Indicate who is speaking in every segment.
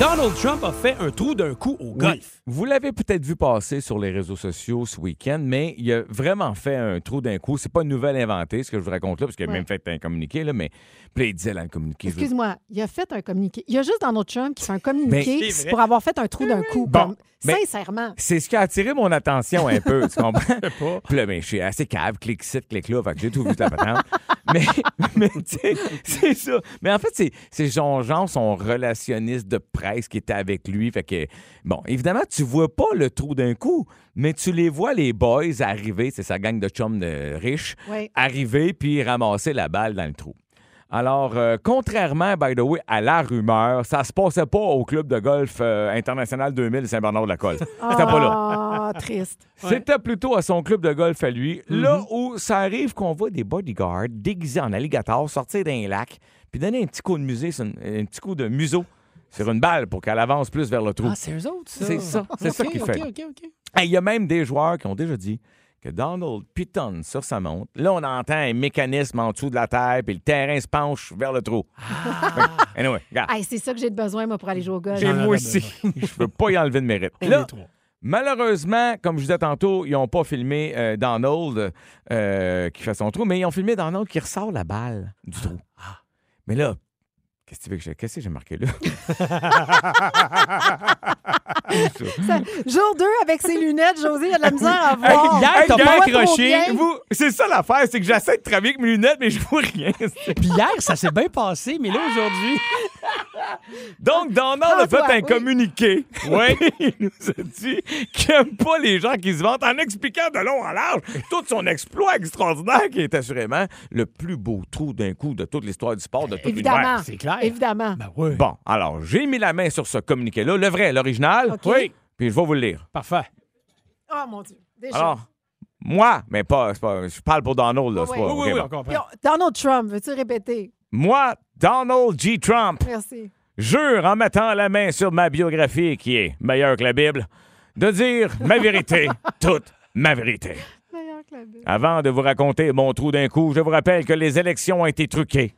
Speaker 1: Donald Trump a fait un trou d'un coup au golf.
Speaker 2: Vous l'avez peut-être vu passer sur les réseaux sociaux ce week-end, mais il a vraiment fait un trou d'un coup. C'est pas une nouvelle inventée, ce que je vous raconte là, parce qu'il a
Speaker 3: Ouais.
Speaker 2: même fait un communiqué, là, mais puis là, il disait dans le communiqué. je-
Speaker 3: Excuse-moi, il a fait un communiqué. Il y a juste dans notre chum qui fait un communiqué
Speaker 1: Ben, c'est vrai.
Speaker 3: pour avoir fait un trou d'un coup.
Speaker 2: Bon,
Speaker 3: comme-
Speaker 2: ben-
Speaker 3: sincèrement.
Speaker 2: C'est ce qui a attiré mon attention un peu, tu comprends? Puis là, ben, je suis assez cave, clique ci clique là, fait que j'ai tout vu de la patente. mais, mais tu sais, c'est ça. Mais en fait, c'est- c'est Jean-Jean, son relationniste de presse qui était avec lui. Fait que, bon, évidemment, tu vois pas le trou d'un coup, mais tu les vois, les boys, arriver, c'est sa gang de chums de riches,
Speaker 3: Ouais.
Speaker 2: arriver puis ramasser la balle dans le trou. Alors, euh, contrairement, by the way, à la rumeur, ça se passait pas au club de golf euh, international 2000 Saint-Bernard-de-la-Colle. C'était pas là.
Speaker 3: Ah, triste.
Speaker 2: C'était plutôt à son club de golf à lui, là où ça arrive qu'on voit des bodyguards déguisés en alligators sortir d'un lac puis donner un petit coup de musée sur une- un petit coup de museau sur une balle pour qu'elle avance plus vers le trou.
Speaker 1: Ah, c'est eux autres, ça.
Speaker 2: C'est ça, c'est ça
Speaker 1: Ok,
Speaker 2: qu'il
Speaker 1: ok,
Speaker 2: fait.
Speaker 1: ok, ok.
Speaker 2: Et Il y a même des joueurs qui ont déjà dit que Donald pitonne sur sa montre. Là, on entend un mécanisme en dessous de la terre, puis le terrain se penche vers le trou. anyway, regarde.
Speaker 3: Hey, c'est ça que j'ai de besoin, moi, pour aller jouer au golf.
Speaker 2: Et
Speaker 1: J'en
Speaker 2: moi
Speaker 1: aurais
Speaker 2: aussi. Je peux pas y enlever de mérite.
Speaker 1: On
Speaker 2: Là,
Speaker 1: est trois.
Speaker 2: Malheureusement, comme je disais tantôt, ils n'ont pas filmé euh, Donald euh, qui fait son trou, mais ils ont filmé Donald qui ressort la balle du trou. Mais là, qu'est-ce que tu veux que je- qu'est-ce que j'ai marqué là?
Speaker 3: Ça- Jour 2, avec ses lunettes, José, il a de la misère à
Speaker 2: Hey,
Speaker 3: voir.
Speaker 2: hier,
Speaker 3: Hey,
Speaker 2: t'as
Speaker 3: tu
Speaker 2: pas
Speaker 3: vois trop
Speaker 2: accroché.
Speaker 3: bien.
Speaker 2: Vous- C'est ça l'affaire, c'est que j'essaie de travailler avec mes lunettes, mais je vois rien.
Speaker 1: Puis hier, ça s'est bien passé, mais là, aujourd'hui.
Speaker 2: Donc, Donald a
Speaker 3: Prends-toi,
Speaker 2: fait un
Speaker 3: oui.
Speaker 2: communiqué. Oui. Il nous a dit qu'il n'aime pas les gens qui se vantent en expliquant de long en large tout son exploit extraordinaire qui est assurément le plus beau trou d'un coup de toute l'histoire du sport, de toute l'univers.
Speaker 3: Évidemment.
Speaker 1: c'est clair.
Speaker 3: Évidemment.
Speaker 1: Ben oui.
Speaker 2: Bon, alors, j'ai mis la main sur ce communiqué-là, le vrai, l'original.
Speaker 3: OK. Oui.
Speaker 2: Puis je vais vous le lire.
Speaker 1: Parfait.
Speaker 3: Oh, mon Dieu. Déjà.
Speaker 2: Alors, moi, mais pas, c'est pas- je parle pour Donald, là.
Speaker 3: Oui,
Speaker 2: c'est
Speaker 3: oui.
Speaker 2: pas-
Speaker 1: Oui,
Speaker 2: OK,
Speaker 1: oui, oui,
Speaker 2: bon.
Speaker 1: on comprend.
Speaker 3: Yo, Donald Trump, veux-tu répéter?
Speaker 2: Moi, Donald G. Trump,
Speaker 3: Merci.
Speaker 2: jure en mettant la main sur ma biographie qui est meilleure que la Bible, de dire ma vérité, toute ma vérité.
Speaker 3: Meilleur que la Bible.
Speaker 2: Avant de vous raconter mon trou d'un coup, je vous rappelle que les élections ont été truquées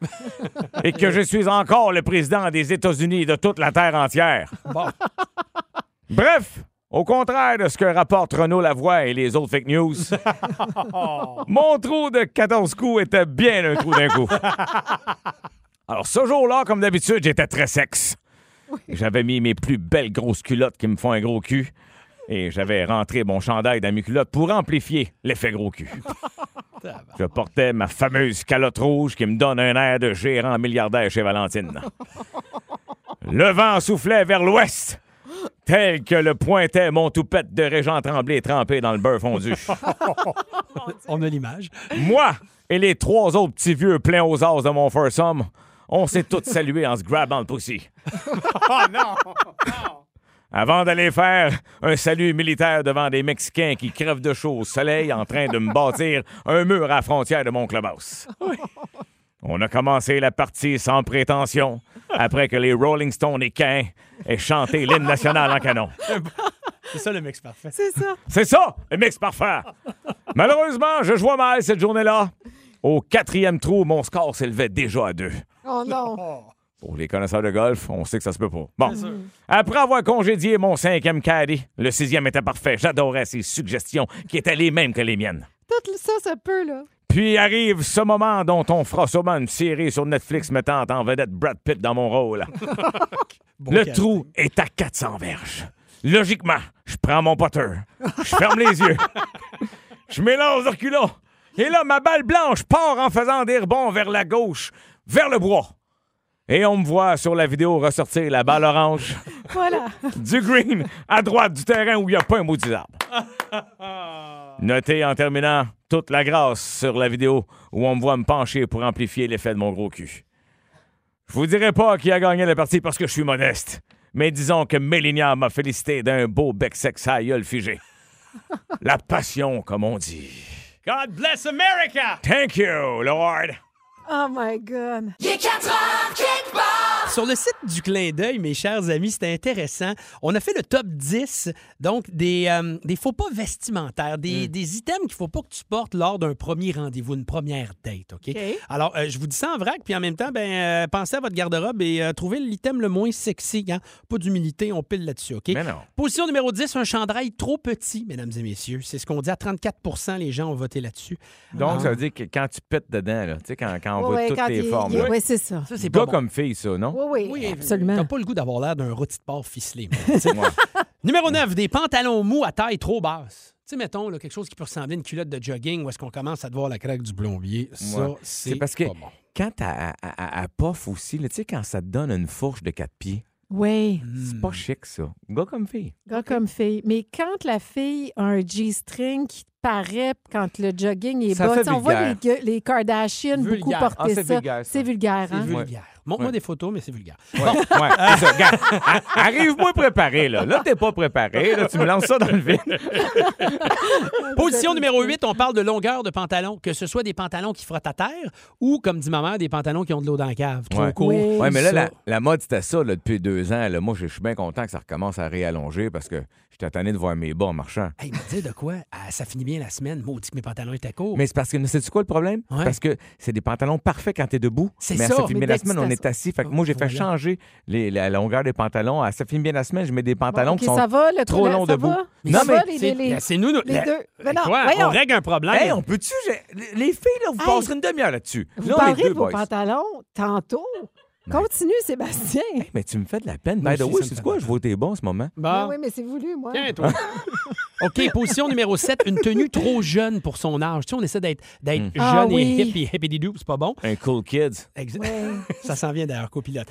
Speaker 2: et que je suis encore le président des États-Unis et de toute la Terre entière.
Speaker 1: Bon.
Speaker 2: Bref, au contraire de ce que rapportent Renaud Lavoie et les autres fake news, mon trou de 14 coups était bien un trou d'un coup. Alors, ce jour-là, comme d'habitude, j'étais très sexe. J'avais mis mes plus belles grosses culottes qui me font un gros cul. Et j'avais rentré mon chandail dans mes culottes pour amplifier l'effet gros cul. Je portais ma fameuse calotte rouge qui me donne un air de gérant milliardaire chez Valentine. Le vent soufflait vers l'ouest, tel que le pointait mon toupette de Régent Tremblay trempé dans le beurre fondu.
Speaker 1: On a l'image.
Speaker 2: Moi et les trois autres petits vieux pleins aux as de mon foursome, on s'est tous salués en se grabant le pussy. oh non! Avant d'aller faire un salut militaire devant des Mexicains qui crèvent de chaud au soleil en train de me bâtir un mur à la frontière de mon clubhouse. On a commencé la partie sans prétention après que les Rolling Stones et Cain aient chanté l'hymne national en canon.
Speaker 1: C'est ça le mix parfait.
Speaker 3: C'est ça.
Speaker 2: C'est ça, le mix parfait. Malheureusement, je jouais mal cette journée-là. Au quatrième trou, mon score s'élevait déjà à deux.
Speaker 3: Oh non.
Speaker 2: Pour les connaisseurs de golf, on sait que ça se peut pas. Bon. Après avoir congédié mon cinquième caddy, le sixième était parfait. J'adorais ses suggestions qui étaient les mêmes que les miennes.
Speaker 3: Tout ça, ça peut, là.
Speaker 2: Puis arrive ce moment dont on fera sûrement une série sur Netflix mettant en vedette Brad Pitt dans mon rôle.
Speaker 1: Bon
Speaker 2: Le
Speaker 1: cadre.
Speaker 2: trou est à 400 verges. Logiquement, je prends mon potter, je ferme les yeux, je m'élance de reculons, et là, ma balle blanche part en faisant des rebonds vers la gauche, vers le bois. Et on me voit sur la vidéo ressortir la balle orange
Speaker 3: Voilà.
Speaker 2: du green à droite du terrain où il n'y a pas un maudit arbre. Notez en terminant toute la grâce sur la vidéo où on me voit me pencher pour amplifier l'effet de mon gros cul. Je vous dirai pas qui a gagné la partie parce que je suis modeste, mais disons que Mélignard m'a félicité d'un beau bec sexe à gueule figé. La passion, comme on dit.
Speaker 1: God bless America!
Speaker 2: Thank you, Lord.
Speaker 3: Oh my God.
Speaker 1: Sur le site du clin d'œil, mes chers amis, c'était intéressant. On a fait le top 10, donc des, euh, des faux pas vestimentaires, des, des items qu'il ne faut pas que tu portes lors d'un premier rendez-vous, une première date. OK?
Speaker 3: OK.
Speaker 1: Alors, euh, je vous dis ça en vrac, puis en même temps, ben, euh, pensez à votre garde-robe et euh, trouvez l'item le moins sexy. hein. Pas d'humilité, on pile là-dessus. OK?
Speaker 2: Mais non.
Speaker 1: Position numéro 10, un chandail trop petit, mesdames et messieurs. C'est ce qu'on dit à 34 les gens ont voté là-dessus.
Speaker 2: Donc, ça veut dire que quand tu pètes dedans, là, tu sais, quand, quand on voit
Speaker 3: Ah. Ouais,
Speaker 2: toutes
Speaker 3: quand
Speaker 2: les
Speaker 3: il-
Speaker 2: formes,
Speaker 3: il-
Speaker 2: là,
Speaker 3: ouais, c'est ça.
Speaker 1: Ça, c'est
Speaker 2: gars
Speaker 1: pas bon.
Speaker 2: comme fille, ça, non?
Speaker 3: Oui, oui,
Speaker 1: Oui,
Speaker 3: absolument.
Speaker 1: T'as pas le goût d'avoir l'air d'un rôti de porc ficelé. man.
Speaker 2: Ouais.
Speaker 1: Numéro 9, des pantalons mous à taille trop basse. Tu sais, mettons, là, quelque chose qui peut ressembler à une culotte de jogging où est-ce qu'on commence à te voir la craque du plombier. Ça,
Speaker 2: Ouais.
Speaker 1: c'est
Speaker 2: C'est parce que
Speaker 1: pas bon.
Speaker 2: quand à, à, à- à pof aussi, là, tu sais, quand ça te donne une fourche de quatre pieds,
Speaker 3: Oui,
Speaker 2: c'est pas chic, ça. Gars comme fille.
Speaker 3: gars comme fille. Mais quand la fille a un G-string qui paraît quand le jogging est
Speaker 2: Ça
Speaker 3: bas,
Speaker 2: fait
Speaker 3: tu sais, on voit les,
Speaker 2: vulgaire.
Speaker 3: gu- les Kardashians beaucoup
Speaker 1: Vulgaire.
Speaker 3: porter
Speaker 2: Ah, c'est
Speaker 3: ça.
Speaker 2: vulgaire, ça.
Speaker 3: C'est vulgaire,
Speaker 1: C'est
Speaker 3: hein?
Speaker 1: vulgaire. Montre-moi
Speaker 2: Ouais.
Speaker 1: des photos, mais c'est vulgaire.
Speaker 2: Ouais, ouais, c'est ça. Regarde, a- Arrive-moi préparé, là. Là, t'es pas préparé. Là, tu me lances ça dans le vide.
Speaker 1: Position numéro 8, on parle de longueur de pantalon, que ce soit des pantalons qui frottent à terre ou, comme dit ma mère, des pantalons qui ont de l'eau dans la cave. Trop
Speaker 2: Ouais.
Speaker 1: court.
Speaker 3: Oui.
Speaker 2: Ouais, mais là,
Speaker 1: Ça.
Speaker 2: la, la mode, c'était ça, là, depuis deux ans. Là. Moi, je je suis bien content que ça recommence à réallonger parce que j'étais tanné de voir mes bas en marchant.
Speaker 1: Hey, me dire de quoi? Ah, ça finit bien la semaine. Maudit que mes pantalons étaient courts.
Speaker 2: Mais c'est parce que, sais-tu quoi le problème?
Speaker 1: Ouais.
Speaker 2: Parce que c'est des pantalons parfaits quand t'es debout.
Speaker 1: C'est
Speaker 2: mais Oh,
Speaker 1: ça.
Speaker 2: à Sophie
Speaker 3: Mais
Speaker 2: bien la
Speaker 3: dès que
Speaker 2: semaine,
Speaker 3: tu
Speaker 2: on est
Speaker 3: t'assois-
Speaker 2: assis. Fait que moi, j'ai fait
Speaker 1: Voilà.
Speaker 2: changer les- la longueur des pantalons. À Sophie bien la semaine, je mets des pantalons
Speaker 3: Bon,
Speaker 2: qui
Speaker 3: OK,
Speaker 2: sont
Speaker 3: ça va, le
Speaker 2: trop
Speaker 3: le-
Speaker 2: longs
Speaker 3: ça
Speaker 2: debout.
Speaker 3: va?
Speaker 2: Non,
Speaker 3: Ça
Speaker 2: mais
Speaker 3: va, les-
Speaker 1: C'est-
Speaker 3: les-
Speaker 1: c'est nous, nous-
Speaker 3: les
Speaker 1: la-
Speaker 3: deux. Mais non,
Speaker 1: Quoi?
Speaker 3: voyons.
Speaker 1: Ah, On règle un problème.
Speaker 2: Hey, on peut-tu. j'ai- Les filles, là, vous
Speaker 3: Hey.
Speaker 2: passerez une demi-heure là-dessus.
Speaker 3: Vous
Speaker 2: Là, on est
Speaker 3: parlerez
Speaker 2: deux
Speaker 3: de vos
Speaker 2: boys.
Speaker 3: pantalons tantôt. Continue, Sébastien.
Speaker 2: Mais tu me fais de la peine.
Speaker 1: Moi
Speaker 2: By the
Speaker 1: aussi,
Speaker 2: way,
Speaker 1: ça me
Speaker 2: c'est
Speaker 1: fait
Speaker 2: quoi?
Speaker 1: de la
Speaker 2: Je votais bon en ce moment.
Speaker 1: Bon.
Speaker 3: Ben oui, mais c'est voulu, moi.
Speaker 1: Tiens, toi. OK, position numéro 7, une tenue trop jeune pour son âge. Tu sais, on essaie d'être d'être jeune
Speaker 3: Ah oui.
Speaker 1: et hip et hippity-doo, c'est pas bon.
Speaker 2: Un cool kids.
Speaker 1: Ex-
Speaker 3: Ouais.
Speaker 1: Ça s'en vient d'ailleurs, copilote.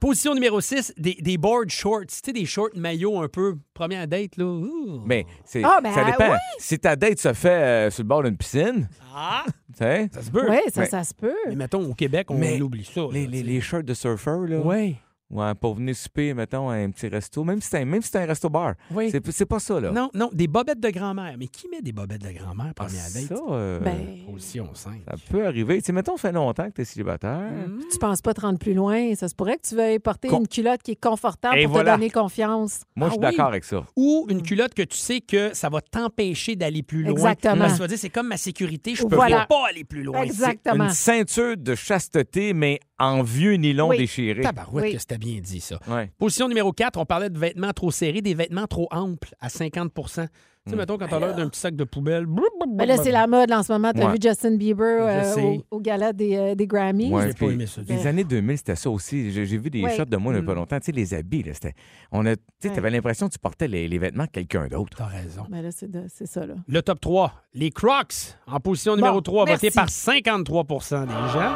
Speaker 1: Position numéro 6, des, des board shorts. Tu sais, des shorts maillot un peu. Première date, là. Ouh.
Speaker 2: Mais c'est,
Speaker 3: Ah, ben,
Speaker 2: ça dépend.
Speaker 3: oui.
Speaker 2: Si ta date se fait euh, sur le bord d'une piscine,
Speaker 1: Ah,
Speaker 2: tu sais,
Speaker 1: ça se peut.
Speaker 3: Oui, ça,
Speaker 2: Mais-
Speaker 3: ça se peut.
Speaker 1: Mais mettons, au Québec, on
Speaker 2: Mais
Speaker 1: oublie ça. Oh, là,
Speaker 2: les, les,
Speaker 1: tu sais.
Speaker 2: les shirts de surfeur, là.
Speaker 1: Ouais.
Speaker 2: Ouais, pour venir souper, mettons, à un petit resto, même si c'est un, même si c'est un resto-bar.
Speaker 1: Oui.
Speaker 2: C'est, c'est pas ça, là.
Speaker 1: Non, non, des bobettes de grand-mère. Mais qui met des bobettes de grand-mère,
Speaker 2: Ah,
Speaker 1: première
Speaker 2: ça,
Speaker 1: date?
Speaker 2: euh,
Speaker 3: Ben,
Speaker 1: Position 5.
Speaker 2: ça peut arriver. Tu sais, mettons, ça fait longtemps que t'es célibataire.
Speaker 3: tu penses pas te rendre plus loin. Ça se pourrait que tu veuilles porter
Speaker 2: Con-
Speaker 3: une culotte qui est confortable
Speaker 2: Et
Speaker 3: pour
Speaker 2: voilà.
Speaker 3: te donner confiance.
Speaker 2: Moi, je suis
Speaker 1: Ah oui.
Speaker 2: d'accord avec ça.
Speaker 1: Ou une culotte que tu sais que ça va t'empêcher d'aller plus loin.
Speaker 3: Exactement.
Speaker 1: Parce que tu vas dire, c'est comme ma sécurité, je peux
Speaker 3: Voilà.
Speaker 1: pas aller plus loin.
Speaker 3: Exactement.
Speaker 2: Une ceinture de chasteté, mais en vieux nylon
Speaker 3: Oui.
Speaker 2: déchiré.
Speaker 1: C'est tabarouette
Speaker 3: Oui.
Speaker 1: que c'était bien dit, ça.
Speaker 2: Ouais.
Speaker 1: Position numéro 4, on parlait de vêtements trop serrés, des vêtements trop amples à 50 Tu sais, mettons, quand t'as l'air d'un petit sac de poubelle...
Speaker 3: Mais ah. Ben là, c'est la mode en ce moment. Tu as
Speaker 2: Ouais.
Speaker 3: vu Justin Bieber
Speaker 1: Je
Speaker 3: euh,
Speaker 1: sais.
Speaker 3: au, au gala des, euh, des Grammys.
Speaker 2: Ouais,
Speaker 1: J'ai pas
Speaker 2: puis
Speaker 1: aimé ça. Mm.
Speaker 2: Les années 2000, c'était ça aussi. J'ai j'ai vu des
Speaker 3: Ouais.
Speaker 2: shots de moi il n'y a pas longtemps. Tu sais, les habits, là, c'était... On a... Tu sais,
Speaker 3: Ouais.
Speaker 2: t'avais l'impression que tu portais les, les vêtements de quelqu'un d'autre.
Speaker 1: T'as raison.
Speaker 3: Mais Ben là, c'est de- c'est ça, là.
Speaker 1: Le top 3, les Crocs, en position numéro 3, voté
Speaker 3: merci.
Speaker 1: par 53 des gens.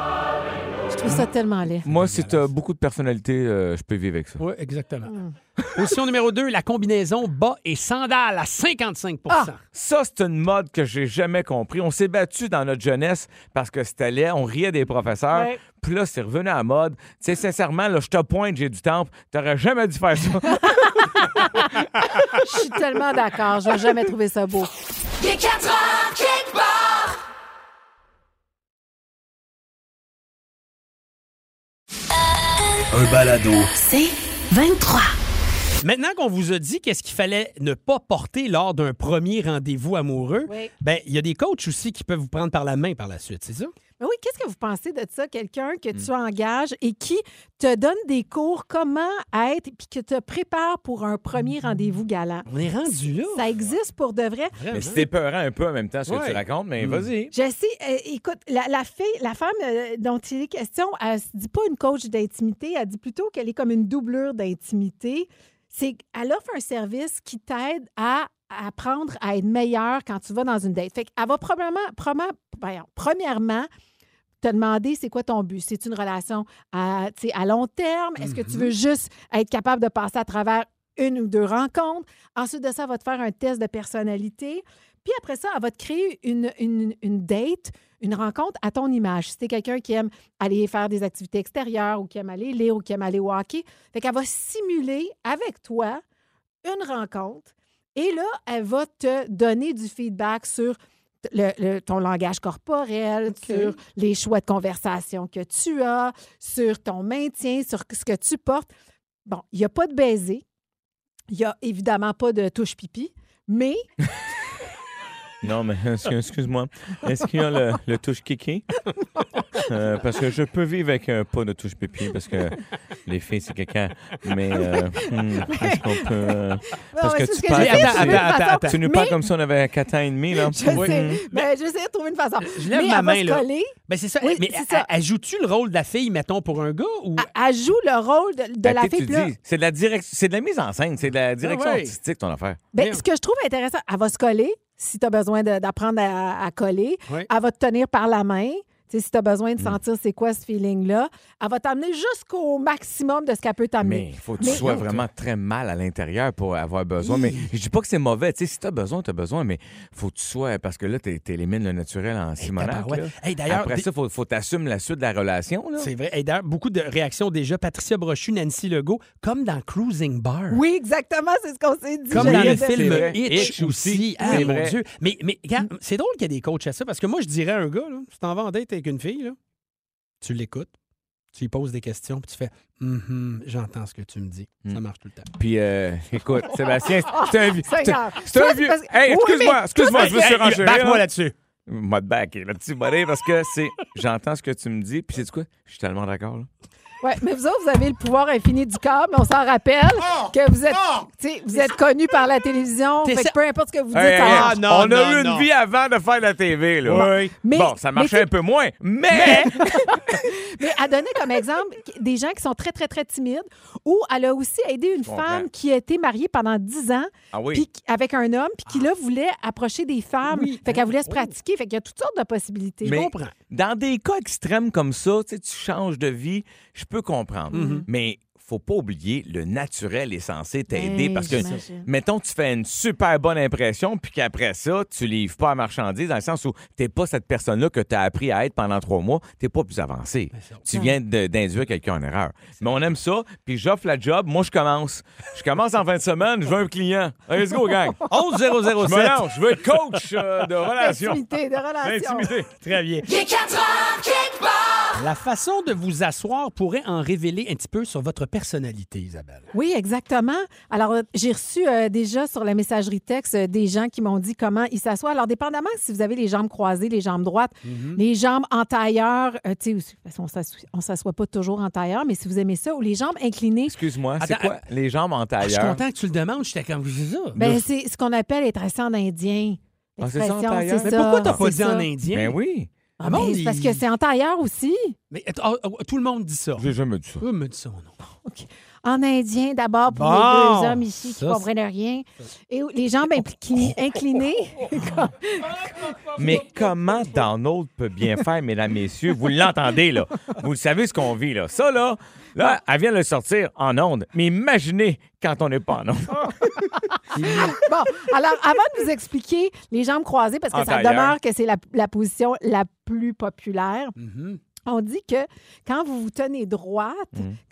Speaker 3: Je trouve ça tellement laid.
Speaker 2: Moi, si t'as beaucoup de personnalité, euh, je peux vivre avec ça.
Speaker 1: Oui, exactement.
Speaker 3: Hmm.
Speaker 1: Position numéro 2, la combinaison bas et sandales à 55
Speaker 3: Ah!
Speaker 2: Ça, c'est une mode que j'ai jamais compris. On s'est battu dans notre jeunesse parce que c'était laid, on riait des professeurs.
Speaker 3: Ouais.
Speaker 2: Puis là, c'est revenu à la mode. Tu sais, sincèrement, là, je te pointe, j'ai du temps. T'aurais jamais dû faire ça.
Speaker 3: Je suis tellement d'accord. Je vais jamais trouvé ça beau.
Speaker 4: Un balado.
Speaker 5: C'est 23.
Speaker 1: Maintenant qu'on vous a dit qu'est-ce qu'il fallait ne pas porter lors d'un premier rendez-vous amoureux,
Speaker 3: Oui.
Speaker 1: ben il y a des coachs aussi qui peuvent vous prendre par la main par la suite, c'est ça?
Speaker 3: Mais oui, qu'est-ce que vous pensez de ça? Quelqu'un
Speaker 2: Mm.
Speaker 3: que tu engages et qui te donne des cours comment être puis que te prépare pour un premier
Speaker 2: Mm.
Speaker 3: rendez-vous galant.
Speaker 1: On est rendu là.
Speaker 3: Ça existe pour de vrai.
Speaker 1: Vraiment.
Speaker 2: mais c'était épeurant un peu en même temps ce que
Speaker 1: Ouais. Mm.
Speaker 2: tu racontes,
Speaker 3: Hmm.
Speaker 2: mais Ben, vas-y.
Speaker 3: Je sais, euh, écoute, la, la fille, la femme euh, dont il est question, elle se dit pas une coach d'intimité, elle dit plutôt qu'elle est comme une doublure d'intimité. C'est elle offre un service qui t'aide à apprendre à être meilleure quand tu vas dans une date. Fait qu'elle va probablement, probablement- voyons, premièrement, te demander c'est quoi ton but. C'est une relation à, tu sais, à long terme? Est-ce que tu veux juste être capable de passer à travers une ou deux rencontres? Ensuite de ça, elle va te faire un test de personnalité. Puis après ça, elle va te créer une, une, une date, une rencontre à ton image. Si t'es quelqu'un qui aime aller faire des activités extérieures ou qui aime aller lire ou qui aime aller walker, fait qu'elle va simuler avec toi une rencontre et là, elle va te donner du feedback sur le- le- ton langage corporel, sur les choix de conversation que tu as, sur ton maintien, sur ce que tu portes. Bon, il n'y a pas de baiser. Il n'y a évidemment pas de touche pipi, mais
Speaker 2: Non, mais est-ce que- excuse-moi. Est-ce qu'il y a le, le touche kiki? Euh, parce que je peux vivre avec un pas de touche pipi parce que les filles, c'est quelqu'un. Mais euh, hmm, est-ce qu'on peut. euh, parce
Speaker 3: ouais,
Speaker 2: que
Speaker 3: c'est ce
Speaker 2: tu
Speaker 3: que
Speaker 2: parles
Speaker 3: j'ai
Speaker 2: comme
Speaker 1: Attends,
Speaker 2: si-
Speaker 3: trouvé
Speaker 1: attends,
Speaker 3: une façon-
Speaker 1: attends, attends.
Speaker 2: Tu nous
Speaker 3: Mais-
Speaker 2: parles comme si on avait 4 ans et demi, là.
Speaker 3: Je
Speaker 2: Oui.
Speaker 3: sais,
Speaker 2: Hmm.
Speaker 3: mais j'essaie de trouver une façon.
Speaker 1: Je lève
Speaker 3: mais
Speaker 1: ma
Speaker 3: elle
Speaker 1: main,
Speaker 3: va se
Speaker 1: là.
Speaker 3: coller,
Speaker 1: Ben, c'est ça.
Speaker 3: Oui,
Speaker 1: mais
Speaker 3: c'est ça. Ah.
Speaker 1: elle- elle joue-tu le rôle de la fille, mettons, pour un gars? Ou...
Speaker 3: elle- elle joue le rôle de, de
Speaker 2: Ah,
Speaker 3: la
Speaker 2: t'es-
Speaker 3: fille.
Speaker 2: tu
Speaker 3: puis là, Ah
Speaker 2: dis, c'est de la direct- c'est de la mise en scène, c'est de la direction
Speaker 1: ouais.
Speaker 2: artistique ton affaire.
Speaker 3: ben,
Speaker 1: Merde.
Speaker 3: ce que je trouve intéressant, elle va se coller si tu as besoin de- d'apprendre à, à coller.
Speaker 1: Ouais.
Speaker 3: Elle va te tenir par la main. tu sais, si tu as besoin de sentir c'est quoi ce feeling-là, elle va t'amener jusqu'au maximum de ce qu'elle peut
Speaker 2: Mais
Speaker 3: t'amener.
Speaker 2: il faut que tu sois vraiment très mal à l'intérieur pour avoir besoin. Mais je dis pas que c'est mauvais. Tu sais, si t'as besoin, t'as besoin, mais faut que tu sois. Parce que là, t'é- t'élimines le naturel en Simonac.
Speaker 1: tabarouette.
Speaker 2: là.
Speaker 1: Hey, d'ailleurs,
Speaker 2: Après
Speaker 1: des-
Speaker 2: ça, faut, faut t'assumer la suite de la relation. Là.
Speaker 1: C'est vrai. Et d'ailleurs, beaucoup de réactions déjà. Patricia Brochu, Nancy Legault, comme dans Cruising Bar.
Speaker 3: Oui, exactement, c'est ce qu'on s'est dit.
Speaker 1: Comme
Speaker 3: Je
Speaker 1: dans le
Speaker 3: l'ai fait.
Speaker 1: film
Speaker 2: vrai.
Speaker 1: Hitch,
Speaker 2: Hitch
Speaker 1: aussi.
Speaker 2: aussi.
Speaker 1: Ah,
Speaker 2: C'est
Speaker 1: mon
Speaker 2: vrai. Mm.
Speaker 1: Dieu. Mais, mais regarde, c'est drôle qu'il y ait des coachs à ça, parce que moi, je dirais à un gars, là, si t'en vas en date avec une fille, là, tu l'écoutes, tu lui poses des questions, puis tu fais Mhm, j'entends ce que tu me dis.
Speaker 2: Mm.
Speaker 1: Ça marche tout le temps.
Speaker 2: Puis, euh, écoute, Sébastien, c'est un vieux. c'est-
Speaker 3: Seigneur.
Speaker 2: C'est
Speaker 3: Toi,
Speaker 2: un
Speaker 3: c'est
Speaker 2: vieux.
Speaker 3: parce-
Speaker 2: Hey,
Speaker 3: Oui,
Speaker 2: excuse-moi,
Speaker 3: mais-
Speaker 2: excuse-moi, je veux
Speaker 1: Hey,
Speaker 2: surenchérir.
Speaker 1: back-moi
Speaker 2: là.
Speaker 1: là-dessus.
Speaker 2: Moi, de back, là-dessus, buddy, parce que c'est. J'entends ce que tu me dis, puis c'est quoi? Je suis tellement d'accord. là.
Speaker 3: Ouais, mais vous autres, vous avez le pouvoir infini du corps, mais on s'en rappelle que vous êtes, tu sais, vous êtes connus par la télévision.
Speaker 1: T'es
Speaker 3: Fait que
Speaker 1: ça-
Speaker 3: peu importe ce que vous dites,
Speaker 2: Hey, hey,
Speaker 3: ça
Speaker 2: hey,
Speaker 3: marche.
Speaker 1: Ah, non,
Speaker 2: on a
Speaker 1: non,
Speaker 2: eu
Speaker 1: non.
Speaker 2: une vie avant de faire de la TV. Là.
Speaker 1: Oui.
Speaker 3: Mais-
Speaker 2: bon, ça
Speaker 3: mais
Speaker 2: marchait
Speaker 3: c'est-
Speaker 2: un peu moins, mais...
Speaker 3: Mais elle donnait comme exemple des gens qui sont très, très, très timides ou elle a aussi aidé une
Speaker 2: comprends.
Speaker 3: femme qui a été mariée pendant 10 ans
Speaker 2: Ah oui. Ah.
Speaker 3: puis qui- avec un homme puis qui, là, voulait approcher des femmes. Fait qu'elle voulait se pratiquer. Fait qu'il y a toutes sortes de possibilités.
Speaker 2: Oh. Mais
Speaker 1: comprends.
Speaker 2: Dans des cas extrêmes comme ça, tu sais, tu changes de vie, je peux comprendre. Mais faut pas oublier, le naturel est censé t'aider
Speaker 3: Ben,
Speaker 2: parce que,
Speaker 3: j'imagine.
Speaker 2: mettons, tu fais une super bonne impression, puis qu'après ça, tu livres pas à marchandise, dans le sens où t'es pas cette personne-là que tu as appris à être pendant trois mois, t'es pas plus avancé. Tu viens de- d'induire quelqu'un en erreur. Mais on aime ça, puis j'offre la job, moi je commence. Je commence en fin de semaine, je veux un client. Allez, let's go, gang.
Speaker 1: 11 007.
Speaker 2: Je me lance, je veux être coach euh, de relations.
Speaker 3: Intimité, de relation.
Speaker 2: Intimité.
Speaker 1: Très bien. La façon de vous asseoir pourrait en révéler un petit peu sur votre personnalité, Isabelle.
Speaker 3: Oui, exactement. Alors, euh, j'ai reçu euh, déjà sur la messagerie texte euh, des gens qui m'ont dit comment ils s'assoient. Alors, dépendamment si vous avez les jambes croisées, les jambes droites,
Speaker 1: Mhm.
Speaker 3: les jambes en tailleur, euh, tu sais, aussi, parce qu'on s'assoit- on s'assoit pas toujours en tailleur, mais si vous aimez ça, ou les jambes inclinées,
Speaker 2: Excuse-moi, c'est
Speaker 1: Attends,
Speaker 2: quoi? Les jambes en
Speaker 1: Ah, je suis
Speaker 2: tailleur.
Speaker 1: content que tu le demandes. J'étais comme, c'est ça.
Speaker 3: ben, c'est ce qu'on appelle être assis en indien.
Speaker 2: Ah, c'est ça, en
Speaker 3: L'expression,
Speaker 2: tailleur?
Speaker 3: c'est
Speaker 1: mais
Speaker 3: ça,
Speaker 1: pourquoi t'as pas
Speaker 3: c'est
Speaker 1: dit
Speaker 3: ça.
Speaker 1: en indien?
Speaker 2: Ben oui.
Speaker 3: Ah,
Speaker 1: Bon,
Speaker 3: ben,
Speaker 1: il-
Speaker 3: c'est parce que c'est en tailleur aussi.
Speaker 1: Mais, ah, ah, tout le monde dit ça.
Speaker 2: J'ai jamais dit ça.
Speaker 1: Eux me dit ça, non.
Speaker 3: En indien, d'abord, pour
Speaker 1: Bon.
Speaker 3: les deux hommes ici qui
Speaker 1: Ça,
Speaker 3: ne comprennent rien. Et les jambes impli- inclinées.
Speaker 2: Mais comment Donald peut bien faire, mesdames, messieurs? Vous l'entendez, là. Vous le savez ce qu'on vit, là. Ça, là, là, elle vient de le sortir en onde. Mais imaginez quand on n'est pas en onde.
Speaker 3: Bon, alors avant de vous expliquer les jambes croisées, parce que
Speaker 2: En
Speaker 3: ça
Speaker 2: tailleur.
Speaker 3: demeure que c'est la, la position la plus populaire, on dit que quand vous vous tenez droite,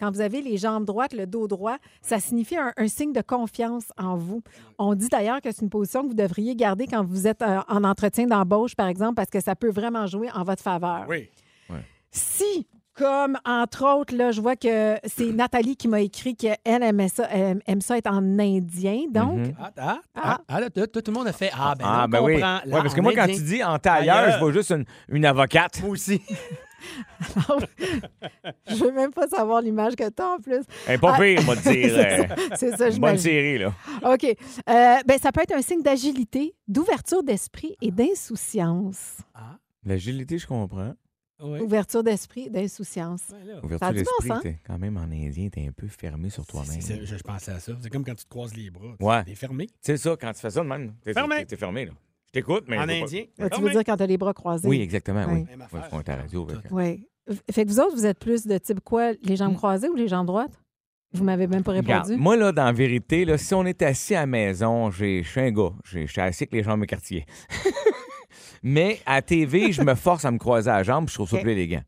Speaker 3: quand vous avez les jambes droites, le dos droit, ça signifie un, un signe de confiance en vous. On dit d'ailleurs que c'est une position que vous devriez garder quand vous êtes euh, en entretien d'embauche, par exemple, parce que ça peut vraiment jouer en votre faveur.
Speaker 1: Oui.
Speaker 3: Si, comme entre autres, là, je vois que c'est Nathalie qui m'a écrit qu'elle aimait ça, elle aime ça être en indien, donc...
Speaker 1: Ah, ah, ah,
Speaker 3: Ah.
Speaker 1: ah, là, tout, tout le monde a fait Ah, ben,
Speaker 2: Mhm. Ah,
Speaker 1: on
Speaker 2: ben oui.
Speaker 1: comprend.
Speaker 2: Ouais,
Speaker 1: Là,
Speaker 2: parce que
Speaker 1: en
Speaker 2: moi, quand
Speaker 1: indien.
Speaker 2: tu dis en tailleur, je vois juste une, une avocate.
Speaker 1: Moi aussi.
Speaker 3: Je veux même pas savoir l'image que t'as en plus.
Speaker 2: Elle est pas
Speaker 3: Ah.
Speaker 2: pire, on va te dire.
Speaker 3: C'est
Speaker 2: euh,
Speaker 3: ça, C'est ça, je
Speaker 2: Bonne
Speaker 3: m'imagine.
Speaker 2: série, là.
Speaker 3: OK. Euh, ben, ça peut être un signe d'agilité, d'ouverture d'esprit et d'insouciance.
Speaker 2: L'agilité, je comprends.
Speaker 1: Oui.
Speaker 3: Ouverture d'esprit, d'insouciance.
Speaker 1: Ben là,
Speaker 2: Ouverture
Speaker 3: Ça a du bon
Speaker 2: d'esprit,
Speaker 3: sens.
Speaker 2: t'es quand même en indien, t'es un peu fermé sur
Speaker 1: c'est-
Speaker 2: toi-même.
Speaker 1: c'est- je, je pensais à ça. C'est comme quand tu te croises les bras. Tu-
Speaker 2: Ouais.
Speaker 1: T'es fermé.
Speaker 2: C'est ça, quand tu fais ça de même. T'es
Speaker 1: Fermé.
Speaker 2: t'es- t'es fermé, là. Je t'écoute, mais.
Speaker 1: en
Speaker 2: je veux pas-
Speaker 1: indien.
Speaker 3: Ah, tu veux
Speaker 1: Fermé.
Speaker 3: dire quand t'as les bras croisés?
Speaker 2: Oui, exactement, oui.
Speaker 3: Oui.
Speaker 2: Ouais,
Speaker 1: Même
Speaker 2: faut
Speaker 1: affaire.
Speaker 2: qu'on est à la radio avec-
Speaker 3: Oui. Fait que vous autres, vous êtes plus de type quoi? Les jambes croisées ou les jambes droites? Vous m'avez même pas répondu.
Speaker 2: Mm. Regarde, moi, là, dans la vérité, là, si on est assis à la maison, j'ai- je suis un gars. J'ai- Je suis assis avec les jambes écartillées. Mais à TV, je me force à me croiser à la jambe, puis je trouve ça
Speaker 3: Ok.
Speaker 2: plus élégant.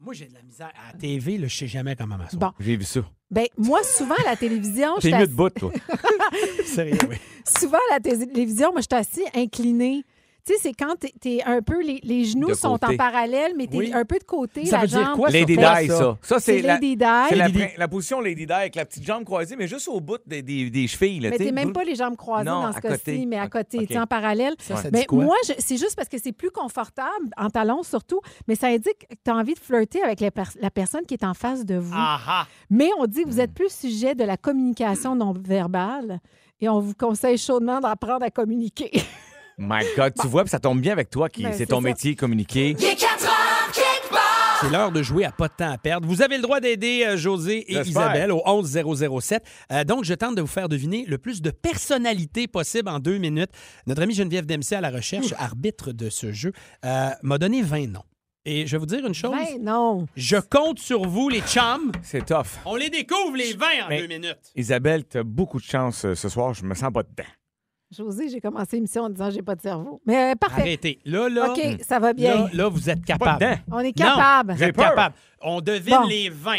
Speaker 1: Moi, j'ai de la misère. À la TV, là, je sais jamais comment m'asseoir.
Speaker 3: Bon.
Speaker 2: J'ai vu ça.
Speaker 3: Ben, moi, souvent à la télévision, je
Speaker 2: T'es
Speaker 3: suis
Speaker 2: mieux de
Speaker 3: assis-
Speaker 2: bout, toi.
Speaker 1: Sérieux, oui.
Speaker 3: souvent à la télévision, moi, je suis assis incliné. Tu sais, c'est quand t'es t'es un peu. Les, les genoux
Speaker 2: De
Speaker 3: sont
Speaker 2: côté.
Speaker 3: en parallèle, mais t'es
Speaker 1: Oui.
Speaker 3: un peu de côté.
Speaker 1: Ça
Speaker 3: la
Speaker 1: veut dire
Speaker 3: jambe-
Speaker 1: quoi,
Speaker 2: Lady Di,
Speaker 1: toi,
Speaker 2: ça.
Speaker 1: ça?
Speaker 2: Ça,
Speaker 3: C'est
Speaker 2: c'est la,
Speaker 3: Lady Di.
Speaker 2: c'est la,
Speaker 1: Lady
Speaker 2: prin- la position Lady Di avec la petite jambe croisée, mais juste au bout des, des, des chevilles. Là,
Speaker 3: Mais
Speaker 2: tu sais.
Speaker 3: t'es même pas les jambes croisées
Speaker 2: Non,
Speaker 3: dans ce
Speaker 2: à côté.
Speaker 3: cas-ci, mais à côté,
Speaker 2: Ok.
Speaker 3: tu sais, en parallèle.
Speaker 1: Ça, ça dit
Speaker 3: mais
Speaker 1: quoi?
Speaker 3: moi, je- c'est juste parce que c'est plus confortable, en talons surtout, mais ça indique que tu as envie de flirter avec la, per- la personne qui est en face de vous.
Speaker 1: Ah.
Speaker 3: Mais on dit que
Speaker 2: Hmm.
Speaker 3: vous êtes plus sujet de la communication non verbale et on vous conseille chaudement d'apprendre à communiquer.
Speaker 2: My God, tu vois, puis ça tombe bien avec toi, qui
Speaker 3: Bah. Ben,
Speaker 2: c'est
Speaker 3: c'est
Speaker 2: ton
Speaker 3: ça.
Speaker 2: métier, communiquer.
Speaker 1: C'est l'heure de jouer à pas de temps à perdre. Vous avez le droit d'aider euh, José et
Speaker 2: J'espère.
Speaker 1: Isabelle au 11007. Euh, donc, je tente de vous faire deviner le plus de personnalités possible en deux minutes. Notre amie Geneviève Dempsey à la recherche, arbitre de ce jeu, euh, m'a donné 20 noms. Et je vais vous dire une chose.
Speaker 3: Ben non.
Speaker 1: Je compte sur vous, les chums.
Speaker 2: C'est tough.
Speaker 1: On les découvre, les 20 en
Speaker 2: Mais-
Speaker 1: deux minutes.
Speaker 2: Isabelle, t'as beaucoup de chance euh, ce soir. Je me sens pas dedans.
Speaker 3: José, j'ai commencé l'émission en disant j'ai pas de cerveau. Mais euh, parfait.
Speaker 1: Arrêtez. Là, là, hum.
Speaker 3: OK, ça va bien.
Speaker 1: là, là, vous êtes
Speaker 2: Pas
Speaker 1: capable.
Speaker 2: dedans.
Speaker 3: On est
Speaker 1: Non,
Speaker 3: capable.
Speaker 1: vous êtes
Speaker 2: peur.
Speaker 1: capable. On devine
Speaker 3: Bon.
Speaker 1: les 20.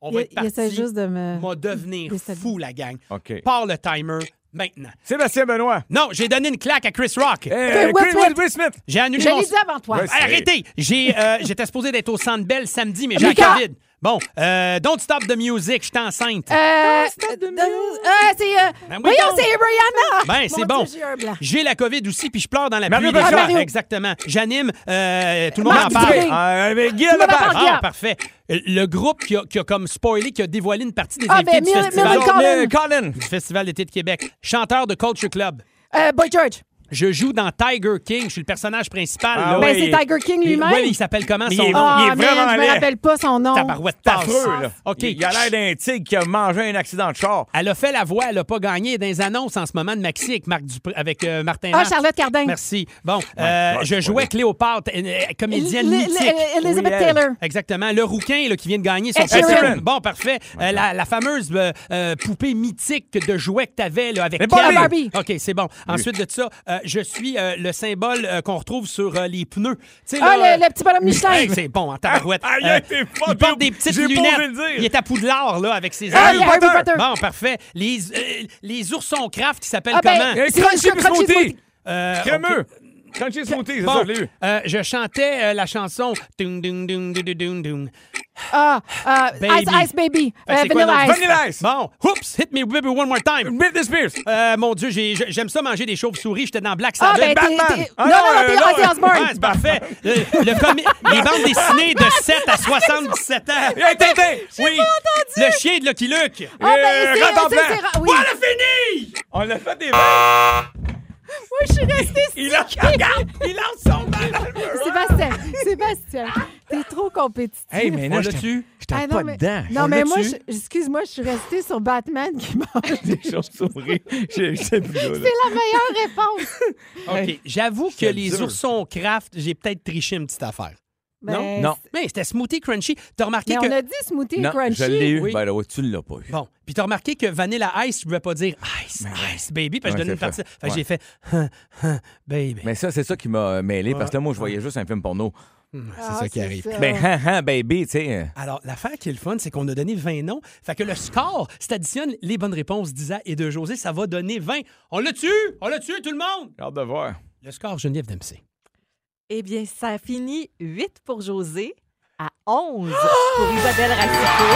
Speaker 1: On
Speaker 3: Il,
Speaker 1: va être
Speaker 3: il
Speaker 1: parti.
Speaker 3: essaie juste de me.
Speaker 1: On va devenir
Speaker 3: déstabiliser.
Speaker 1: fou, la gang.
Speaker 2: OK.
Speaker 1: Par le timer maintenant.
Speaker 2: Sébastien Benoît.
Speaker 1: Non, j'ai donné une claque à Chris Rock.
Speaker 2: Euh,
Speaker 3: Will
Speaker 2: Chris-
Speaker 3: Smith.
Speaker 2: Will Smith.
Speaker 1: J'ai annulé
Speaker 3: Je
Speaker 1: mon-
Speaker 3: l'ai dit avant toi.
Speaker 2: Ouais, c'est-
Speaker 1: Arrêtez! J'ai, euh, j'étais supposé d'être au Centre Bell samedi, mais j'ai la
Speaker 3: Mika!
Speaker 1: COVID. Bon, euh, Don't Stop the Music, je suis enceinte.
Speaker 3: Euh, euh, euh, c'est. euh,
Speaker 1: Ben oui,
Speaker 3: voyons,
Speaker 1: donc.
Speaker 3: c'est Brianna!
Speaker 1: Ben,
Speaker 3: Mon
Speaker 1: c'est bon.
Speaker 3: Dieu, j'ai un blanc.
Speaker 1: J'ai la COVID aussi, puis je pleure dans la
Speaker 2: Mario
Speaker 1: pluie. des
Speaker 2: Bachar.
Speaker 1: fois.
Speaker 3: Mario.
Speaker 1: Exactement. J'anime, euh, tout le monde
Speaker 3: Marc
Speaker 1: en parle.
Speaker 3: Dupré.
Speaker 2: Euh, avec Guy
Speaker 3: m'as
Speaker 2: Lepage.
Speaker 3: pas
Speaker 1: Ah,
Speaker 3: Regarde.
Speaker 1: parfait. Euh, Le groupe qui a, qui a comme spoilé, qui a dévoilé une partie des
Speaker 3: Ah,
Speaker 1: invités
Speaker 3: ben,
Speaker 1: du
Speaker 3: Mir-
Speaker 1: festival,
Speaker 3: Miracle- Colin.
Speaker 2: Colin.
Speaker 1: du festival d'été de Québec. Chanteur de Culture Club.
Speaker 3: Euh, Boy George.
Speaker 1: Je joue dans Tiger King. Je suis le personnage principal.
Speaker 2: Ah
Speaker 1: là.
Speaker 2: ouais.
Speaker 3: Ben, c'est Tiger King
Speaker 1: Et-
Speaker 3: lui-même.
Speaker 1: ouais, il s'appelle comment
Speaker 2: Mais
Speaker 1: son
Speaker 2: il est-
Speaker 1: nom?
Speaker 3: Ah,
Speaker 2: il est vraiment
Speaker 3: man, je
Speaker 2: laid.
Speaker 3: me rappelle pas son nom.
Speaker 1: Tabarouette
Speaker 2: C'est
Speaker 1: tasse.
Speaker 2: affreux, là.
Speaker 1: OK.
Speaker 2: Il a l'air d'un tigre qui a mangé un accident de char.
Speaker 1: Elle a fait la voix, elle n'a pas gagné dans les annonces en ce moment de Maxi avec, Marc Dupré- avec euh, Martin
Speaker 3: Ah,
Speaker 1: Lash.
Speaker 3: Charlotte Cardin.
Speaker 1: Merci. Bon, euh,
Speaker 2: ouais,
Speaker 1: je
Speaker 2: ouais.
Speaker 1: jouais Cléopâtre, une, euh,
Speaker 3: L-
Speaker 1: comédienne
Speaker 3: L-
Speaker 1: mythique.
Speaker 3: L- Elizabeth
Speaker 2: Oui, elle.
Speaker 3: Taylor.
Speaker 1: Exactement. Le rouquin là, qui vient de gagner son
Speaker 3: Ed Sheeran.
Speaker 1: Ed Sheeran. Bon, parfait. Euh, la, la fameuse euh, euh, poupée mythique de jouets que tu avais avec
Speaker 2: Mais
Speaker 1: Ken.
Speaker 3: Barbie.
Speaker 1: OK, c'est bon. Ensuite de ça, euh, je suis euh, le symbole euh, qu'on retrouve sur euh, les pneus. Tu sais,
Speaker 3: Ah,
Speaker 1: là,
Speaker 3: le, le petit bonhomme Michelin.
Speaker 1: Hey, c'est bon, en tabarouette.
Speaker 2: Aïe,
Speaker 1: Euh,
Speaker 2: aïe, t'es fort,
Speaker 1: il porte des
Speaker 2: j'ai-
Speaker 1: petites
Speaker 2: j'ai pas
Speaker 1: lunettes.
Speaker 2: osé le dire.
Speaker 1: Il est à Poudlard, là, avec ses
Speaker 3: Ah,
Speaker 1: ailes.
Speaker 3: il y a Harry Potter.
Speaker 1: Bon, parfait. Les, euh, les oursons craft qui s'appellent
Speaker 3: Ah, ben,
Speaker 1: comment?
Speaker 2: Un
Speaker 3: C'est
Speaker 2: crunchy
Speaker 3: un crunchy
Speaker 2: smoothie.
Speaker 3: smoothie.
Speaker 1: Euh,
Speaker 2: Crémeux.
Speaker 1: ok.
Speaker 2: Crunchy smoothie, c'est
Speaker 1: Bon,
Speaker 2: ça, je l'ai eu.
Speaker 1: euh, je chantais euh, la chanson. Dung, dung, dung, dung, dung, dung.
Speaker 3: Ah, ah,
Speaker 1: Baby.
Speaker 3: Ice Ice Baby.
Speaker 1: Fait que
Speaker 3: Euh,
Speaker 1: c'est quoi
Speaker 3: Vanilla
Speaker 1: notre-
Speaker 3: Ice.
Speaker 2: Vanilla Ice.
Speaker 1: Bon, oups, hit me baby one more time.
Speaker 2: Britney Spears.
Speaker 1: Euh, mon Dieu, j'ai- j'ai- j'aime ça manger des chauves-souris. J'étais dans Black
Speaker 3: Ah,
Speaker 1: Sabbath.
Speaker 3: ben, t'es.
Speaker 2: Batman.
Speaker 3: t'es-
Speaker 2: Ah,
Speaker 3: Non,
Speaker 2: non,
Speaker 3: non, non,
Speaker 2: euh, non,
Speaker 3: t'es Ozzy
Speaker 1: Ouais,
Speaker 3: Osbourne.
Speaker 1: Ah, c'est parfait. Le, le comi- les bandes dessinées de 7 à 77 ans.
Speaker 2: Hey, Tintin. Oui.
Speaker 1: Le chien de Lucky Luke.
Speaker 3: Ah, ben,
Speaker 2: Euh,
Speaker 3: c'est-
Speaker 2: Rentre en
Speaker 3: c'est-
Speaker 2: blanc.
Speaker 3: c'est- c'est- oui.
Speaker 1: Voilà, fini!
Speaker 2: On l'a fait des
Speaker 3: Oui, je suis restée
Speaker 2: Il a... Regarde, il lance son bal dans le mur.
Speaker 3: Sébastien, Sébastien, t'es trop compétitif.
Speaker 2: Hey, mais
Speaker 1: On
Speaker 2: là,
Speaker 1: l'a
Speaker 2: je t'ai-
Speaker 1: tu?
Speaker 2: je t'ai
Speaker 3: Ah,
Speaker 2: pas
Speaker 3: mais,
Speaker 2: dedans.
Speaker 3: Non,
Speaker 2: On
Speaker 3: mais
Speaker 2: l'a
Speaker 3: moi,
Speaker 2: tu?
Speaker 3: je- excuse-moi, je suis restée sur Batman qui mange.
Speaker 2: Des chauves-souris. Je je sais plus là, là.
Speaker 3: C'est la meilleure réponse.
Speaker 1: OK, j'avoue que
Speaker 2: C'est
Speaker 1: les
Speaker 2: dur.
Speaker 1: oursons craft, j'ai peut-être triché une petite affaire.
Speaker 3: Ben,
Speaker 2: Non.
Speaker 1: Mais c'était smoothie crunchy. T'as remarqué
Speaker 3: Mais
Speaker 1: que...
Speaker 3: on a dit smoothie
Speaker 2: Non,
Speaker 3: crunchy.
Speaker 2: je l'ai eu.
Speaker 1: Oui.
Speaker 2: Ben là, ouais, tu l'as pas eu.
Speaker 1: Bon, puis t'as remarqué que Vanilla Ice, je pouvais pas dire Ice, Ice, baby, parce que
Speaker 2: Ouais,
Speaker 1: je donnais une
Speaker 2: c'est
Speaker 1: partie.
Speaker 2: ça.
Speaker 1: Fait que j'ai fait Hein, hein, baby.
Speaker 2: Mais ça, c'est ça qui m'a euh, mêlé parce que là, moi, je voyais juste un film porno.
Speaker 1: Ah, c'est ça qui arrive.
Speaker 2: Ben, ha, ha, baby, tu sais. euh,
Speaker 1: Hmm. Alors, l'affaire qui est le fun, c'est qu'on a donné 20 noms. Fait que le score, si t'additionnes les bonnes réponses d'Isa et de José, ça va donner 20. On l'a tué! On l'a tué, tout le monde!
Speaker 2: J'ai hâte de voir.
Speaker 1: Le score, Geneviève Dempsey.
Speaker 6: Eh bien, ça finit 8 pour José à 11 pour Isabelle Racicot.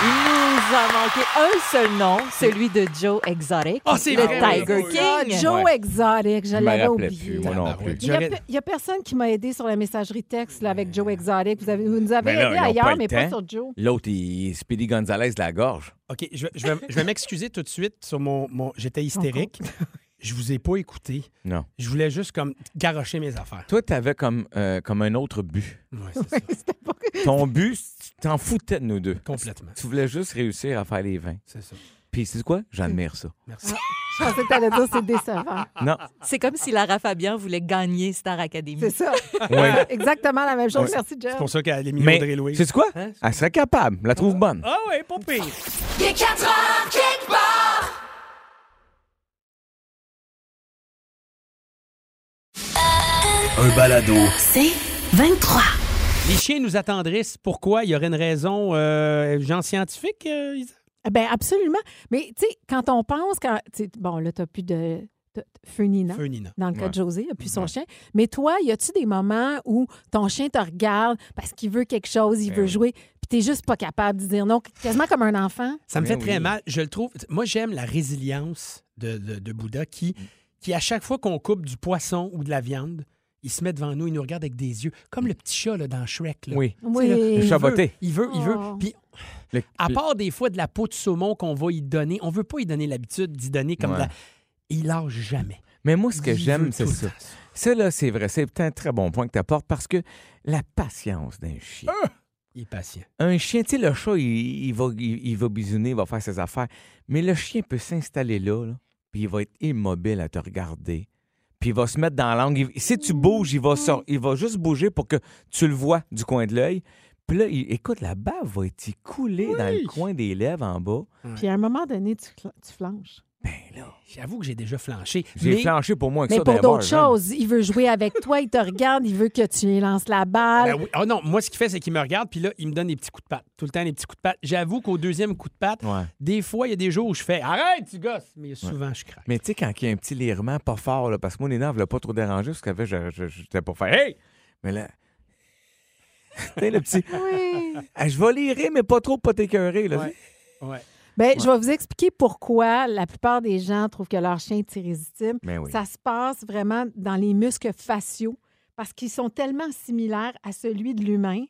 Speaker 6: Il nous a manqué un seul nom, celui de Joe Exotic,
Speaker 1: Ah, c'est
Speaker 6: le
Speaker 1: vrai.
Speaker 6: Tiger
Speaker 3: Ah,
Speaker 6: King.
Speaker 3: Joe
Speaker 2: Ouais.
Speaker 3: Exotic, je
Speaker 2: me
Speaker 3: l'avais
Speaker 2: rappelais
Speaker 3: oublié.
Speaker 2: plus, moi non
Speaker 1: Tabarouette.
Speaker 2: plus.
Speaker 3: Il n'y a,
Speaker 1: J'aurais-
Speaker 3: pe- il y a personne qui m'a aidé sur la messagerie texte là, avec Joe Exotic. Vous, avez- vous nous avez
Speaker 2: Euh, Ben là,
Speaker 3: aidé
Speaker 2: ils ont pas
Speaker 3: ailleurs,
Speaker 2: le
Speaker 3: mais pas
Speaker 2: temps.
Speaker 3: sur Joe.
Speaker 2: L'autre, il Speedy Gonzalez de la gorge.
Speaker 1: OK, je, vais- je vais, je vais m'excuser tout de suite sur mon. mon- J'étais hystérique. Je vous ai pas écouté.
Speaker 2: Non.
Speaker 1: Je voulais juste comme garocher mes affaires.
Speaker 2: Toi, t'avais comme, euh, comme un autre but.
Speaker 1: Ouais, c'est ça.
Speaker 2: Ton but, tu t'en foutais de nous deux.
Speaker 1: Complètement.
Speaker 2: Tu voulais juste réussir à faire les 20.
Speaker 1: C'est ça.
Speaker 2: Puis c'est quoi? J'admire ça.
Speaker 1: Merci.
Speaker 3: Je pensais que t'allais dire c'est décevant.
Speaker 1: Ah,
Speaker 2: Non.
Speaker 6: C'est comme si Lara Fabian voulait gagner Star Academy.
Speaker 3: C'est ça.
Speaker 1: ah.
Speaker 2: Oui.
Speaker 3: Exactement la même chose.
Speaker 2: Ouais.
Speaker 3: Merci, Jeff.
Speaker 1: C'est pour ça qu'elle est
Speaker 2: Mais,
Speaker 1: Audrey Louis.
Speaker 2: c'est quoi?
Speaker 1: Hein?
Speaker 2: Elle serait capable. Je La trouve bonne.
Speaker 1: Ah oui, pas pire.
Speaker 7: Un balado.
Speaker 8: C'est 23.
Speaker 1: Les chiens nous attendrissent. Pourquoi? Il y aurait une raison, euh, genre scientifique, euh, Isa?
Speaker 3: Ben absolument. Mais tu sais, quand on pense, quand, tu sais, bon, là, t'as plus de, de- de feu ni nom,
Speaker 1: Feu, Nina.
Speaker 3: Dans le cas
Speaker 2: Ouais.
Speaker 3: de José, il a plus son chien. Mais toi, y a-tu des moments où ton chien te regarde parce qu'il veut quelque chose, il
Speaker 2: Ben
Speaker 3: veut
Speaker 2: oui.
Speaker 3: jouer, puis t'es juste pas capable de dire non, quasiment comme un enfant?
Speaker 1: Ça me
Speaker 2: Mais
Speaker 1: fait très
Speaker 2: Ben oui.
Speaker 1: mal. Je le trouve. Moi, j'aime la résilience de, de- de Bouddha qui, qui, à chaque fois qu'on coupe du poisson ou de la viande, il se met devant nous, il nous regarde avec des yeux, comme le petit chat là, dans Shrek. Là.
Speaker 2: Oui.
Speaker 1: Tu sais, là,
Speaker 3: Oui.
Speaker 2: Le
Speaker 1: il
Speaker 2: chat
Speaker 1: veut,
Speaker 2: botté.
Speaker 1: Il veut, il veut.
Speaker 3: Oh.
Speaker 1: Puis,
Speaker 2: Le-
Speaker 1: à part des fois de la peau de saumon qu'on va y donner, on veut pas y donner l'habitude d'y donner comme
Speaker 2: Ouais.
Speaker 1: ça. Il lâche jamais.
Speaker 2: Mais moi, ce que
Speaker 1: Il
Speaker 2: j'aime,
Speaker 1: veut
Speaker 2: c'est
Speaker 1: tout le
Speaker 2: ça.
Speaker 1: temps
Speaker 2: Ça, là, c'est vrai. C'est peut-être un très bon point que tu apportes parce que la patience d'un chien.
Speaker 1: Il est patient.
Speaker 2: Un chien, tu sais, le chat, il, il va, il, il va bisouner, il va faire ses affaires. Mais le chien peut s'installer là, là, puis il va être immobile à te regarder. Puis il va se mettre dans l'angle. Il- Si tu bouges, il va, sor- il va juste bouger pour que tu le vois du coin de l'œil. Puis là, il- écoute, la bave va être coulée dans le coin des lèvres en bas.
Speaker 3: Puis à un moment donné, tu, cl- tu flanches.
Speaker 1: J'avoue que j'ai déjà flanché.
Speaker 2: J'ai
Speaker 1: mais-
Speaker 2: flanché pour moi avec
Speaker 3: Mais
Speaker 2: ça.
Speaker 3: pour
Speaker 2: dans les
Speaker 3: d'autres
Speaker 2: bars,
Speaker 3: choses, il veut jouer avec toi, il te regarde, il veut que tu lui lances la balle.
Speaker 1: Ben oui. Ah non, moi, ce qu'il fait, c'est qu'il me regarde, puis là, il me donne des petits coups de patte. Tout le temps, des petits coups de patte. J'avoue qu'au deuxième coup de patte,
Speaker 2: Ouais.
Speaker 1: des fois, il y a des jours où je fais Arrête, tu gosses! Mais souvent, je craque.
Speaker 2: Mais tu sais, quand il y a un petit lirement pas fort, là, parce que moi, Nina, elle voulait pas trop déranger, parce qu'avant, je- je- j'étais pour faire Hey! Mais là. Tu sais, le petit. Ah, je vais lirer, mais pas trop pour pas t'écœurer. là.
Speaker 1: Ouais. Ouais.
Speaker 3: Ben, Je vais vous expliquer pourquoi la plupart des gens trouvent que leur chien est irrésistible.
Speaker 2: Mais Ben oui.
Speaker 3: Ça se passe vraiment dans les muscles faciaux parce qu'ils sont tellement similaires à celui de l'humain.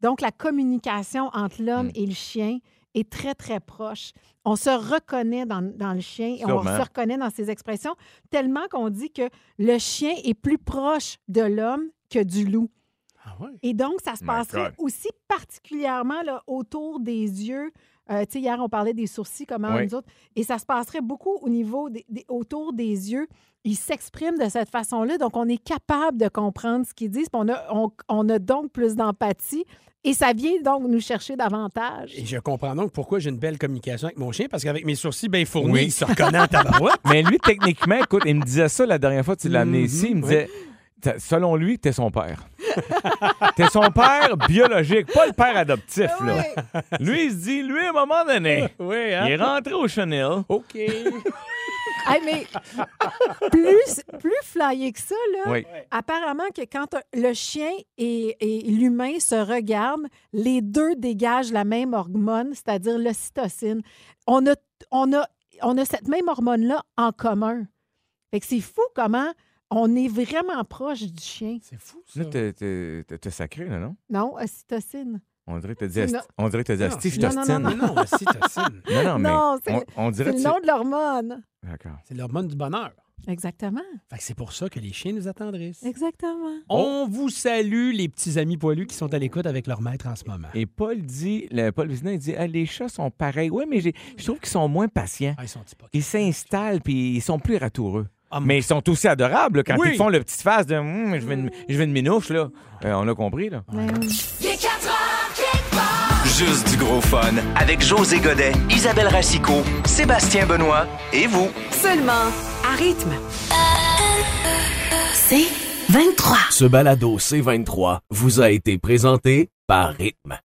Speaker 3: Donc, la communication entre l'homme
Speaker 2: Mm.
Speaker 3: et le chien est très, très proche. On se reconnaît dans, dans le chien et on
Speaker 2: Sûrement.
Speaker 3: se reconnaît dans ses expressions tellement qu'on dit que le chien est plus proche de l'homme que du loup.
Speaker 1: Ah ouais?
Speaker 3: Et donc, ça se
Speaker 2: My
Speaker 3: passerait
Speaker 2: God.
Speaker 3: aussi particulièrement là, autour des yeux. Euh, tu sais, hier, on parlait des sourcils, comment
Speaker 2: Oui.
Speaker 3: nous autres. Et ça se passerait beaucoup au niveau des, des- autour des yeux. Ils s'expriment de cette façon-là. Donc, on est capable de comprendre ce qu'ils disent. puis On a, on, on a donc plus d'empathie. Et ça vient donc nous chercher davantage.
Speaker 1: Et je comprends donc pourquoi j'ai une belle communication avec mon chien, parce qu'avec mes sourcils bien fournis,
Speaker 2: Oui.
Speaker 1: il se reconnaît en tabarouette.
Speaker 2: Mais lui, techniquement, écoute, il me disait ça la dernière fois que tu l'as amené
Speaker 1: Mhm,
Speaker 2: ici. Il me
Speaker 1: oui.
Speaker 2: disait, T'as- selon lui, t'es son père. t'es son père biologique, pas le père adoptif.
Speaker 3: Ben
Speaker 2: Là. Lui, il se dit, lui, à un moment donné,
Speaker 1: Oui, hein?
Speaker 2: il est rentré au Chanel.
Speaker 3: Oh.
Speaker 1: OK.
Speaker 3: Hey, mais plus, plus flyé que ça, là,
Speaker 2: Oui.
Speaker 3: apparemment que quand un- le chien et, et l'humain se regardent, les deux dégagent la même hormone, c'est-à-dire l'ocytocine. On a, on, a, on a cette même hormone-là en commun. Fait que c'est fou comment on est vraiment proche du chien.
Speaker 1: C'est fou, ça.
Speaker 2: Là, t'es- t'es t'es- t'es sacré, là, non?
Speaker 3: Non, ocytocine.
Speaker 2: On dirait que t'as dit,
Speaker 3: Non.
Speaker 2: asti- on dirait que t'as dit,
Speaker 1: Non,
Speaker 2: asti, je
Speaker 3: non, non,
Speaker 1: Mais
Speaker 2: t'ostine.
Speaker 3: non,
Speaker 1: non, aussi, Tocine.
Speaker 2: Non, non, mais
Speaker 3: Non, c'est-
Speaker 2: on, on
Speaker 3: C'est
Speaker 2: dirait
Speaker 3: le
Speaker 2: que
Speaker 3: nom de l'hormone.
Speaker 2: tu- D'accord.
Speaker 1: C'est l'hormone du bonheur.
Speaker 3: Exactement.
Speaker 1: Fait que c'est pour ça que les chiens nous attendrissent.
Speaker 3: Exactement.
Speaker 1: On vous salue, les petits amis poilus qui sont à l'écoute avec leur maître en ce moment.
Speaker 2: Et Paul dit, le Paul Vizina, il dit, Ah, les chats sont pareils. Oui, mais j'ai- je trouve qu'ils sont moins patients.
Speaker 1: Ah, ils sont hypocrites.
Speaker 2: Ils s'installent puis ils sont plus ratoureux.
Speaker 1: Ah, mon-
Speaker 2: Mais ils sont aussi adorables là, quand
Speaker 1: Oui.
Speaker 2: ils font le petite face de Hum, je veux une, je veux une minouche là. Euh, on a compris là.
Speaker 3: Ben
Speaker 9: Juste du gros fun avec José Godet, Isabelle Racicot, Sébastien Benoît et vous.
Speaker 10: Seulement à rythme.
Speaker 8: C'est 23.
Speaker 7: Ce balado C23 vous a été présenté par Rythme.